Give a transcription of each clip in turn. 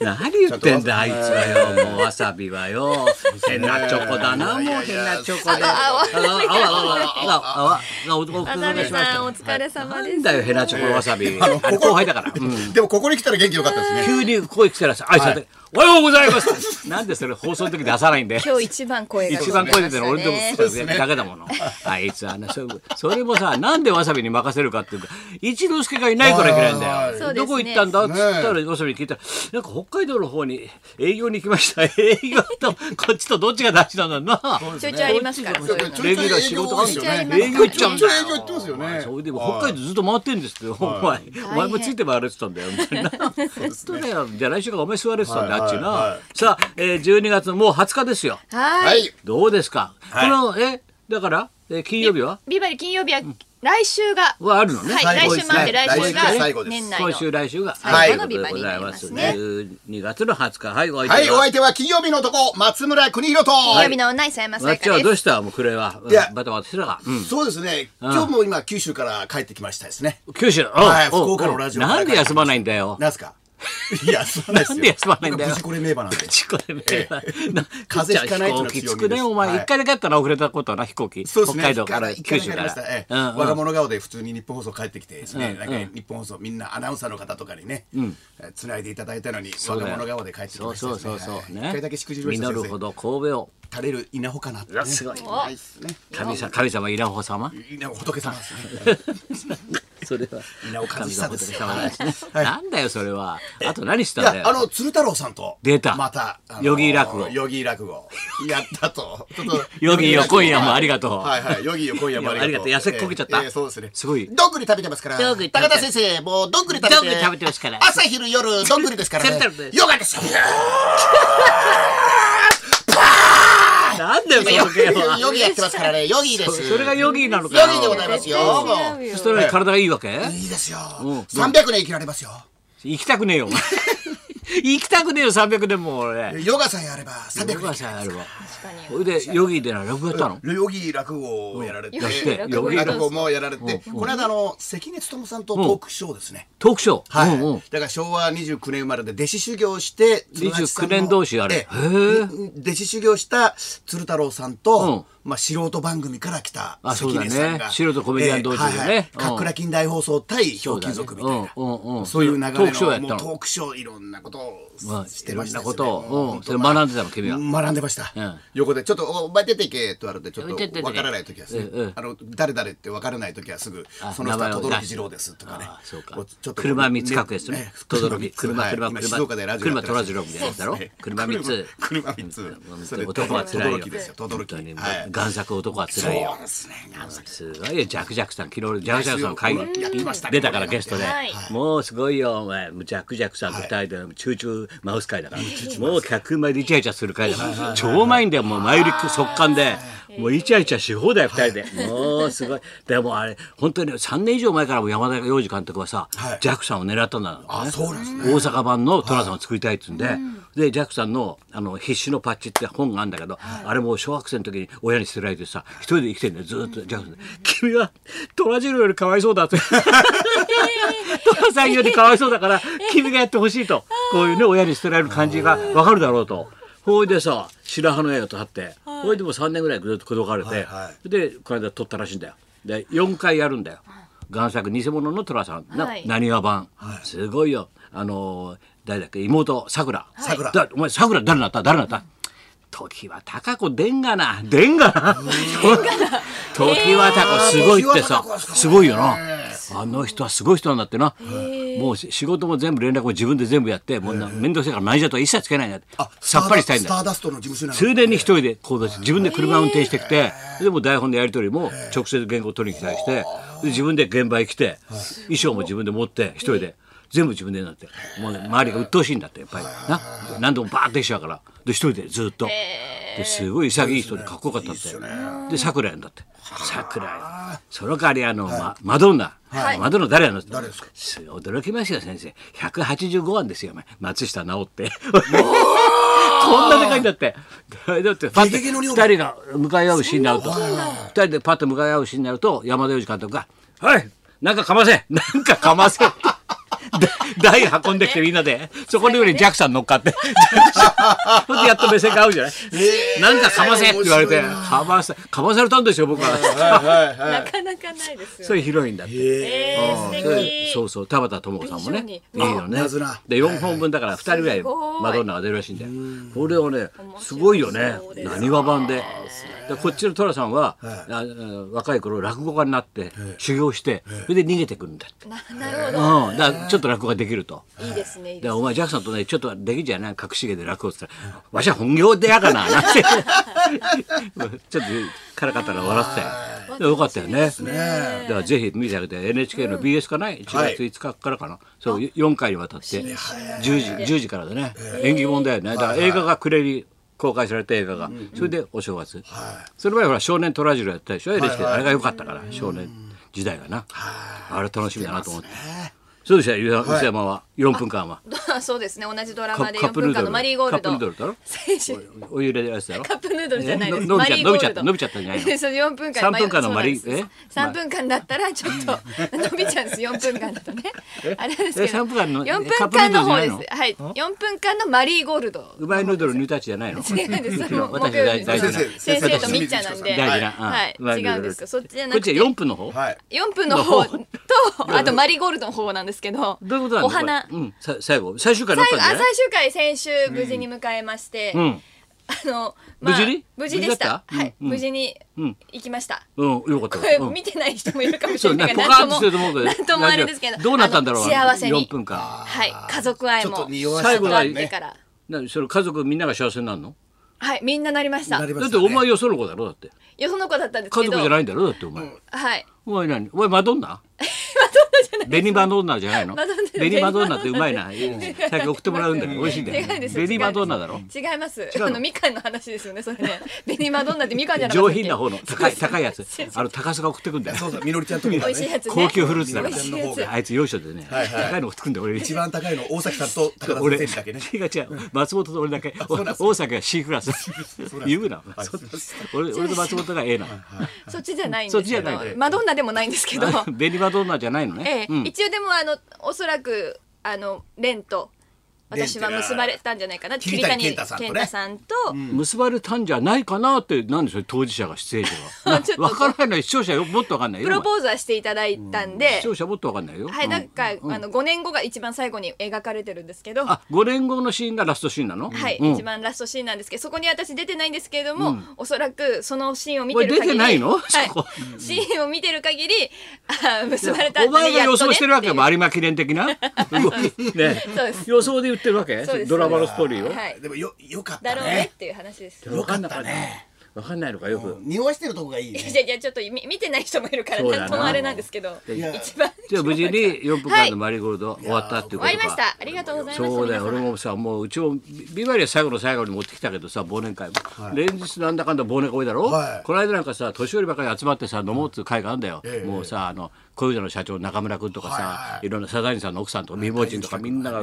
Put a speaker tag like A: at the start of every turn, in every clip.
A: 何言ってんだあいつはよもうわさびはよ変なチョコだなもう変なチョコであわあわあわお
B: 渡
A: 疲
B: 辺
A: れしまし
B: さ
A: た
B: んお疲れ様
A: な
B: で
A: ん
B: す。
A: だよ変なチョコわさびあれ後輩だからうん
C: でもここに来たら元気よかったですね。
A: 急に声来たらさ挨拶おはようございますなんでそれ放送の時出さないんで
B: 今日一番声が
A: 一番声出てるの俺の
B: ね
A: とこ来ただけだもの。あいつあのそそれもさなんでわさびに任せるかっていうか一之輔がいないからいけないん
C: はいはい
A: だ
B: そう
A: よ。
B: で
A: ど
B: すね
A: こ行ったんだっつったらわさびに聞いたらなんか北海道の方に営業に行きました。 営業とこっちとどっちが大事なんだろうな。
B: ちょいちょいありますから。
A: こっ
B: そ
A: ち
B: ういうの
A: レギュラー仕事あるんだよね。営
B: 営
A: 業行
B: 業行
A: っ
B: っ
A: ち
B: ち
A: ゃ
B: ゃ
A: う
B: うんん
A: だ
B: だ
A: よ
B: よ。
C: 営業行ってますよね
A: お前それでも北海道ずっと回ってんですって、お前、お前もついて回れてたんだよ。みたいな。本当だよ。じゃあ来週からお前座れてたんだ、
C: はい
A: あっちな。
C: はいは
A: さあ、えー、12月のもう20日ですよ。
B: は。
C: はいい。
A: どうですか。
C: はい
A: このえだから、えー金曜日は
B: ビバリー金曜日は来週が
A: はあるのね。
B: はい来週ま
C: 最
B: で
C: 後
B: 来
C: ですね来
B: 週が
C: 週が最後です
B: 年内
A: 今週
B: の
A: 来週が
B: 最
C: 後の
B: ビバリーになりますね
A: 12月の20日はいお相手
C: はい、お相手は金曜日の男、松村邦弘と。
B: 金曜日の内さやまさ
A: わ
B: や
A: っちゃん
B: か
A: はど
B: で
A: う
B: す。
A: したもう暮れは。
C: いや
A: バタバタしてたか。うん
C: そうですね。今日も今九州から帰ってきましたですね。
A: 九州。
C: はい
A: おう
C: 福岡
A: おう
C: のラジオ
A: なんで休まないんだよ。
C: なんすか。いや、そうです
A: な
C: よ。
A: んで休まないんだよ
C: 無事これ名馬なんで。
A: ちこれみたいなな
C: 風邪ひかないってい
A: 飛行
C: うのが強み
A: 機
C: です
A: つくねお
C: は
A: 前
C: い
A: 一回だけあったら遅れたことはな飛行機
C: そうです
A: 北
C: ね。
A: 海道から九州か
C: 行かなくなりましたええ
A: ら。
C: 若
A: うんうん
C: 者顔で普通に日本放送帰ってきてですね、なん
A: う
C: か日本放送みんなアナウンサーの方とかにね、つないでいただいたのに
A: うだ
C: 若
A: よ
C: 者顔で帰ってき
A: そ
C: ま
A: う
C: した
A: そう
C: ですね。
A: そうそう。
C: はい一回だけしくじりました
A: 実る
C: 先
A: ほ
C: 生
A: ど神戸を。
C: 垂れる稲穂かなってね。
A: すごい。
C: ないっすね。
A: 神様神様稲穂様。
C: 稲穂仏様ですね。
A: それは
C: 稲尾和久ですよ
A: ね。なんだよそれは。あと何し
C: い
A: たんだ
C: や、
A: よ。
C: あの、鶴太郎さんと。
A: 出た
C: また。あの
A: ヨギ落語
C: ヨギ落語。やったと。ちょっと
A: ヨギよ今夜もありがとう
C: はいはい。ヨギよ今夜もあり
A: あ
C: がとう。
A: りがとう痩せっこけちゃった
C: ええええそうですね。
A: すごい
C: どんぐり食べてますから。
A: どんぐり食べて
C: 高田先生、もうどんぐり食べて。
A: どんぐり食べてますから
C: 朝昼夜、どんぐり ですからね。
A: 鶴太郎です
C: ヨガですよ。
A: なんだよそのゲームは。
C: ヨギやってますからね。ヨギです。
A: それがヨギなのか
C: ヨギでございますよ。
B: 違うよ
A: そしたらね体がいいわけ
C: いいですよ。
A: うん
C: 300年生きられますよ。
A: 行きたくねえよ。お前行きたくねえよ300年も俺。
C: ヨガさえあれば300年
A: 僕
C: 生
A: は
C: きら
A: さあ
C: れます
A: れは。それでヨギでな落語やったの。
C: ヨギ落語をやられて、
A: やって
C: 落
A: ヨ
C: 語
A: ギ
C: 落語もやられて、この間あの関根勤さんとトークショーですね。
A: トークショー。
C: は
A: うんうん
C: い。だから昭和29年生まれで弟子修行して、鶴八さん
A: 29
C: の
A: 年同士あれ
C: ええ
A: へえ
C: 弟子修行した鶴太郎さんと、まあ素人番組から来た
A: あそうだ
C: 関根
A: ね
C: さんが、
A: 素人コメディアン同士でね
C: ええはいはい
A: うん
C: かっくら近代放送対ひょうきん族みたいな、
A: うんうんうん
C: そういう流れの
A: トークショーやったの
C: もうトークショーいろんなことを
A: まあ
C: してました
A: いろんなことを
C: ですねも
A: うん
C: 本当
A: それ
C: まあ
A: 学んでたの君は
C: 学んでました、
A: うん
C: 横でちょっとお前出ていけと言われてちょっ
A: 出てって
C: とわからない時はすぐ、
A: うんうん
C: あの誰々ってわからない時はすぐ
A: あ
C: その人
A: 名
C: は
A: 前を
C: 轟
A: 出して
C: 二郎ですとかね
A: あそうか
C: こうちょっと
A: 車三つ確ですね轟
C: 車三つ
A: 車
C: はい
A: 車
C: 今
A: 車
C: 静岡でラジオやってらっし
A: 車虎二
C: ゃる
A: 郎みたいなやつだろ
C: そうですね
A: 車三つ
C: 車三つそれ
A: 男はつらいよ
C: 轟ですよ。
A: 本
C: 轟
A: 当に
C: はい
A: 贋作男はつ
C: そ
A: らいよ
C: う。ですね
A: すごいよジャックジャックさん昨日ジャックジャックさんの会
C: やってましたね
A: 出たからゲストで、
B: はい
A: もうすごいよお前ジャックジャックさんと二人でチューチューマウス会だから、もう客前でイチャイチャする会だから、超うまいんだよもう前売り速乾で、もうイチャイチャし放題二人で、もうすごいでもあれ本当に3年以上前からも山田洋次監督はさ、
C: はい
A: ジャックさんを狙ったんだからね
C: あそうなんですね
A: 大阪版の寅さんを作りたいっつうんで、でジャックさんのあの必死のパッチって本があるんだけど、あれもう小学生の時に親に捨てられてさ一人で生きてるんだよずーっとジャックさん、君は寅次郎よりかわいそうだ」って寅さんよりかわいそうだ から君がやってほしいとこういうね親に捨てられる感じがわかるだろうと。ほいでさ白羽の矢を立って、ほいでもう3年ぐらいずっと口説かれて、
C: はいは
A: でこの間撮ったらしいんだよで4回やるんだよ贋作偽物の寅さんな
B: はい
A: なにわ版、すごいよあのー誰だっけ妹さくら
C: いさくら
A: だお前さくら誰になった誰になった時は高子でんがなでんがな 時は高子すごいってさ
C: えー
A: すごいよなあの人はすごい人なんだってなもう仕事も全部連絡も自分で全部やってもうな面倒くせえからマネージャーとか一切つけないんだってさっぱりしたいんだ
C: スターダストの事務所なの
A: 通年に一人で行動して自分で車運転してきてでもう台本のやり取りも直接原稿取りに来たりしてで自分で現場へ来て衣装も自分で持って一人で全部自分でなってもうね周りが鬱陶しいんだってやっぱりな何度もバーってしちゃうからで一人でずっとですごい潔い人でかっこよかったってで桜やんだって桜やその代わりあのまマドンナマドンナ誰やの誰
C: ですか
A: 驚きましたよ先生185案ですよお前松下直ってこんなでかいんだって。だってパッと
C: ゲゲの量
A: 二人が向かい合うシーンになると二人でパッと 向かい合うシーンになると山田洋次監督が「はいなんかかませなんかかませ」台運んできてみんなで、そこの上にジャクさん乗っかって、それでやっと目線が合うじゃない、なんかかませって言われて、
C: 面白いな
A: かませ、かまされたんですよ、僕は。
C: はいはい
D: なかなかないですよ
A: そ。れヒロインだって。
D: え
A: うんそ
D: ー、素
A: れ
D: 敵。
A: そうそう田畑智子さんもね
D: 一緒
A: い
D: に
A: いよね
C: なずな
A: で4本分だから2人ぐらい
D: すごい
A: マドンナが出るらしいんだよこれをねすごいよね
D: そうですね
A: なにわ版ででこっちの寅さんはああ若い頃落語家になって修行してそれで逃げてくるんだって
D: ななるほ
A: うんだからちょっと落語ができると。
D: ど。いいですね。いい
A: で
D: で
A: すお前ジャクソンとねちょっとできんじゃない隠し芸で落語って言ったら「わしは本業でやか な」なんてちょっとからかったら笑ってたよでよかったよねだからぜひ見てあげて NHK の BS かない1
C: はい
A: 月5日からかな、そう4回にわたって10時 ,10 時からでね演技もんだよねだから映画が暮れに公開された映画がそれでお正月その前ほら「少年トラジル」やったでしょ NHK あれが良かったから少年時代がなあれ楽しみだなと思ってそうでしたよ磯山は4分間は。
D: そうですね。同じドラ
A: カッ
D: マ
A: プ
D: で
A: カ
D: 4
A: ップヌー
D: 分
A: ドル
D: 間のマリーゴール
A: カップヌー
D: ド。
A: ドルだろ
D: 選手。
A: お湯入れるやつだろ
D: カップヌードルじゃないで
A: え
D: す。
A: の伸びちゃ
D: マリーゴー
A: 伸び
D: ルド
A: ちゃった伸びちゃったんじゃないの
D: そう4分間。
A: 三分間のマリー
D: そうなんです
A: え
D: 三分間だったらちょっ と伸びちゃうんです。4分間だとね。あれなんです
A: え
D: けど。
A: 三分間の
D: 4
A: カッ
D: 分
A: プヌー
D: 間
A: ドル
D: の
A: じゃ
D: 方
A: ない
D: で
A: の
D: す。はい。4分間のマリーゴール ド。
A: うまいヌードルヌタッチじゃないの
D: 違うんです。そ
A: 違う
D: の
A: 私
D: 木曜日
A: 大
D: の
A: 大事な
C: 先生
D: 先生とみっちゃんなんで。
A: 大事な、
D: は
A: うま
D: い。
A: いヌ
D: 違う
A: ー
D: ん
A: ド
D: で
A: ル
D: すよ。そっちじゃな
A: こっ
D: く
A: ち
D: て。
A: は4分の方、
C: はい
D: 4分の
A: の
D: 方と あとマリーゴールドの方なんですけど
A: どういうことなの
D: お花
A: これうん、さ最後最終回になっ
D: 最後
A: た
D: あ
A: んじゃ
D: 最
A: ない
D: 終回先週無事に迎えまして、
A: うん
D: あの、
A: 無事に
D: 無事で
A: 無
D: した
A: 事だった
D: はい、
A: うん
D: 無事に
A: うん
D: 行きました
A: うん、よかった
D: これ
A: うん
D: 見てない人もいるかもし
A: そう
D: れな
A: ね
D: い、
A: ポ
D: か
A: カー
D: ら
A: ンとしてると思うけど、
D: なんともあれですけど
A: どうなったんだろう。
D: あの幸せに
A: 4分間。
D: はい家族愛
C: ちょっ
D: も
C: と匂わせ
A: 最
C: た
A: 後
D: あ
A: は
D: っ
A: ね
D: てから、
A: な、それ家族みんなが幸せになるの？
D: はいみんななりました
C: なりま
A: だ
C: し
A: って
C: た
A: お
C: ね
A: 前よその子だろだって。
D: よその子だったんです
A: 家
D: けど
A: 族じゃないんだろだってお前。
D: はい
A: お前何？お前マドンナ？ベニマドンナじゃないの
D: マドンナ？
A: ベニマドンナってうまいな。最近送ってもらうんだけど美味しいんだよ
D: 違うんで。すよ
A: ベニマドンナだろ。
D: 違います
A: うの
D: あのみかんの話ですよねそれ ね紅マドンナってみかんじゃなかっ
A: 上
D: たっけ
A: 品な方の高い高いやつ。あの高須が送ってくんだよ。
C: そうだみのりちゃんとみ
D: 美味しいやつね
A: 高級フルーツだから
D: 美味しいやつ
A: あいつ洋書でね、高いの送ってくんだよ俺に。
C: 一番高いの大崎さんと高田
A: 俺
C: 先生だけね
A: 違う違う松本と俺だけお大崎は C クラス言うなお前そんな俺俺と松本が A な
D: そっちじゃないんです
A: そっちじ
D: け
A: ゃ
D: ど
A: ない
D: マドンナでもないんですけど
A: ベニマドンナじゃないの
D: え
A: ねう
D: え、
A: ん
D: 一応でもあのおそらくあの蓮と私は結ばれたんじゃないかな
C: 蓮って
D: 桐
C: 桐谷
D: 谷
C: 健
D: 健
C: 太
D: 太
C: さ
D: さんと、
A: 結ばれたんじゃないかなってなんでそれ当事者が出演者 が
D: ちょっと
A: 分からないの視聴者よもっと分かんないよ
D: プロ
A: お前
D: ポーズはしていただいたんで
A: 視、聴者もっと分かんないよ
D: はいなんか、
A: うん
D: あの5年後が一番最後に描かれてるんですけど、は
A: あ五年後のシーンがラストシーンなの
D: い、
A: うん
D: 一番ラストシーンなんですけどそこに私出てないんですけれども、おそらくそのシーンを見てる限り
A: おい出てないの
D: はい
A: そこ、
D: シーンを見てる限りあ結ばれたん
A: お前が予想してるわけよ
D: も
A: 有馬記念的 なね
D: そうです
A: 予想で言ってるわけ
D: そうです
A: ドラマのストーリーを
D: はい
C: でもよよかった
D: だろうね
C: ね
D: っていう話です。
A: 分かんなかったね分かんないのかよく
C: 匂わしてるとこが いいね
D: じゃじゃちょっとみ見てない人もいるから
A: そうだな
D: なんともあれなんですけど
A: いや
D: 一番
A: じゃあ無事に4分間のマリーゴールド終わったっていうこと
D: 終
A: か
D: わりましたありがとうございます
A: そうだよ
D: 皆
A: 俺
D: 様
A: もさもううちもビビバリーは最後の最後に持ってきたけどさ忘年会も、連日なんだかんだ忘年会多いだろ、
C: はい
A: この間なんかさ年寄りばっかり集まってさ飲もうっていう会があるんだよ、
C: ええ
A: もうさあの小遊三の社長の中村君とかさ、
C: はいいはい
A: ろんな佐谷さんの奥さんとか未亡人とかみんなが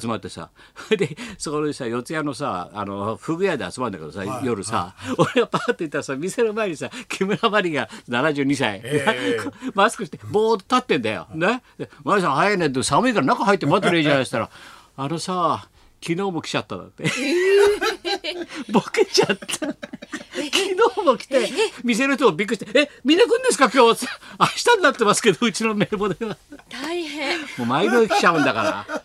A: 集まってさ それでそこでさ四谷のさあのフグ屋で集まるんだけどさ、夜さ、俺がパーって行ったらさ店の前にさ木村真理が72歳、
C: え
A: マスクしてぼーっと立ってんだよ。ね、でマリさん早いねって寒いから中入って待ってるいいじゃないですか あのさ昨日も来ちゃっただって。ボケちゃった。昨日も来て店の人もびっくりして「えみんな来るんですか今日」明日になってますけどうちの名簿では。
D: 大変
A: もう毎度来ちゃうんだから。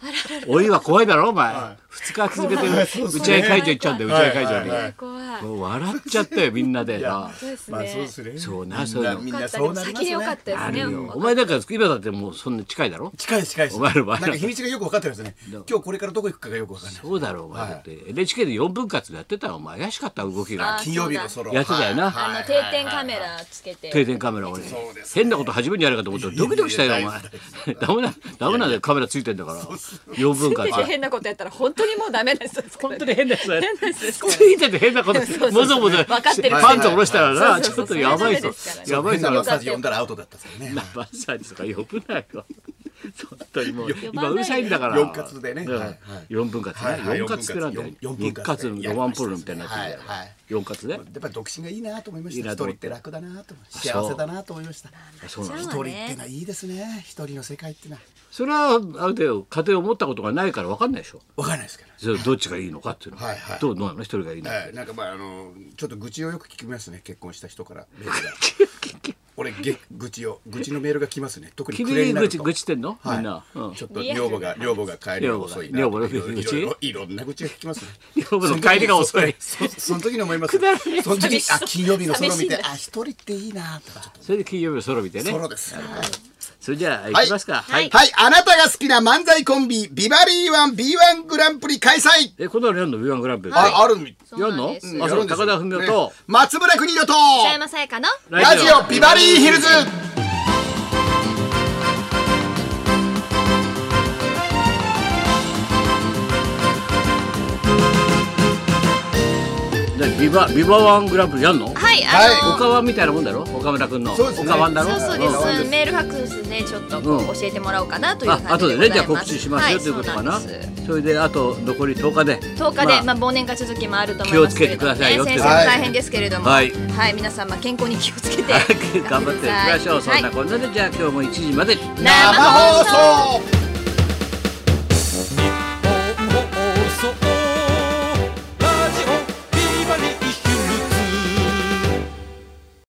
A: おいは怖いだろお前。二日続けて打ち合い会場行っちゃうんだよ打ち合い会場に。
C: はいはい
D: 怖い
A: もう笑っちゃったよみんなでさ。
D: そうです
C: まあそうで
D: ね
C: すね
A: そうな
C: みん
A: そういうの
C: みん
D: よか
C: な
D: っ
C: そ
D: たで
C: う
D: も
C: なりま
D: 先
C: す
D: でよかっ
C: ね
D: たです
A: あ
D: ね
A: るよ。お前だから今だってもうそんな近いだろ。
C: 近いです近いです
A: お前らお前ら
C: なんか秘密がよく分かってるんですね今日これからどこ行くかがよく分かんない
A: そうだろうお前だって NHK で4分割でやってたよお前怪しかった動きが
D: あ
C: 金曜日の空
A: やってたよな
D: あの定点カメラつけて
A: 定点カメラ俺
C: そうです
A: 変なこと始めんじゃないかと思ったらドキドキしたよお
C: いやいや
A: 前 ダメなダメなんだよカメラついてんだから4分
D: ついてて
A: 割
D: 変なことやったら本当にもうダメな人ですから
A: 本
D: ね
A: 当に変なやつだよ
D: 変な人です
A: ついてて変なこと
D: そう
A: もぞもぞ
D: 分かってる
A: パンツ下ろしたらなち
D: そ
A: ょ
D: うそうそう
A: っとやばい
D: そ
A: ぞ
D: れダメですから
A: やばい
C: 変な
A: ぞ
C: マッサージ呼んだらアウトだったですよね
A: バッサージとか呼ぶなよ本当にもう
D: ば
A: 今
D: ないう
A: るさいんだから
C: 四活でね
A: だか
C: はい
A: ら四分割
C: はい
A: ね
C: はい
A: 四割ってなんだよ
C: 四
A: 日
C: 分割
A: 活ロマンプールみたいになってるじゃ
C: はい
A: な
C: はいい
A: 四割ね
C: やっぱり独身がいいなと思いまし
A: いい
C: た。
A: な
C: 一
A: と
C: 人
A: 思っ
C: ってて楽だなと思いました。
A: そう
C: 幸せだなと思いました。
A: そうなの
C: 一
B: そう
C: 人っ
B: ね
C: てのはいいですね。一人の世界ってのは。
A: それはある程度家庭を持ったことがないから分かんないでしょ
C: わかんないですから。
A: それどっちがいいのかっていうの
C: はいはい
A: どうどうなの一人がいいの
C: はい、なんかまああのちょっと愚痴をよく聞きますね結婚した人からメールが 俺げ愚痴を愚痴のメールが来ますね特に
A: 君
C: 暮れにな
A: 愚
C: る
A: 痴
C: と
A: 愚痴ってんの
C: は
A: み
C: い
A: んなうん
C: ちょっと女房が女房が帰りが遅いな
A: 女房の
C: いろいろ
A: 愚痴
C: いろいろいろんな愚痴が聞きますね
A: 女房の帰りが遅い
C: その時にそその時に思 いますその時にあ金曜日のソロ見てあ一人っていいなとかちょっ
A: それで金曜日のソロ見て
C: と
A: ね
C: ソロです
A: それじゃあ行きますか
C: はい、はいあなたが好きな漫才コンビビバリーワン B1 グランプリ開催
A: えこの間やるの B1 グランプリって
C: ああるみ
A: やるの
D: で
A: あ
C: や
A: そ
C: る
A: うん
C: です
A: 高
C: よ
A: 田文夫と
C: ね松村邦洋と
B: 北山さやかの
C: ラジオビバリーヒルズ
A: ねビバビバワングランプリやんの
B: はい
C: はい
B: あ
A: 岡湾みたいなもんだろ岡村君の
C: そうですね
A: 岡湾だ
B: の
A: ろ
B: そうそう
A: うん
B: ですメールファックスでちょっとこう
A: うん
B: 教えてもらおうかなという
A: あ
B: 感じ
A: 後
B: で
A: で
B: ござ
A: ね
B: います
A: じゃあ告知しますよ
B: は
A: ということかな
B: そうなんです
A: それであと残り10日で
B: 10日で、
A: ま
B: まあ、
A: あ
B: 忘年が続きもあると思いますけれども、ね、
A: 気をつけてくださいよって
B: 先生も大変ですけれども、
A: は
B: はいい、皆さん、まあ、健康に気をつけて
A: 頑張っていきましょうそんなこんなでじゃあ今日も1時まで
B: 生
C: 生放送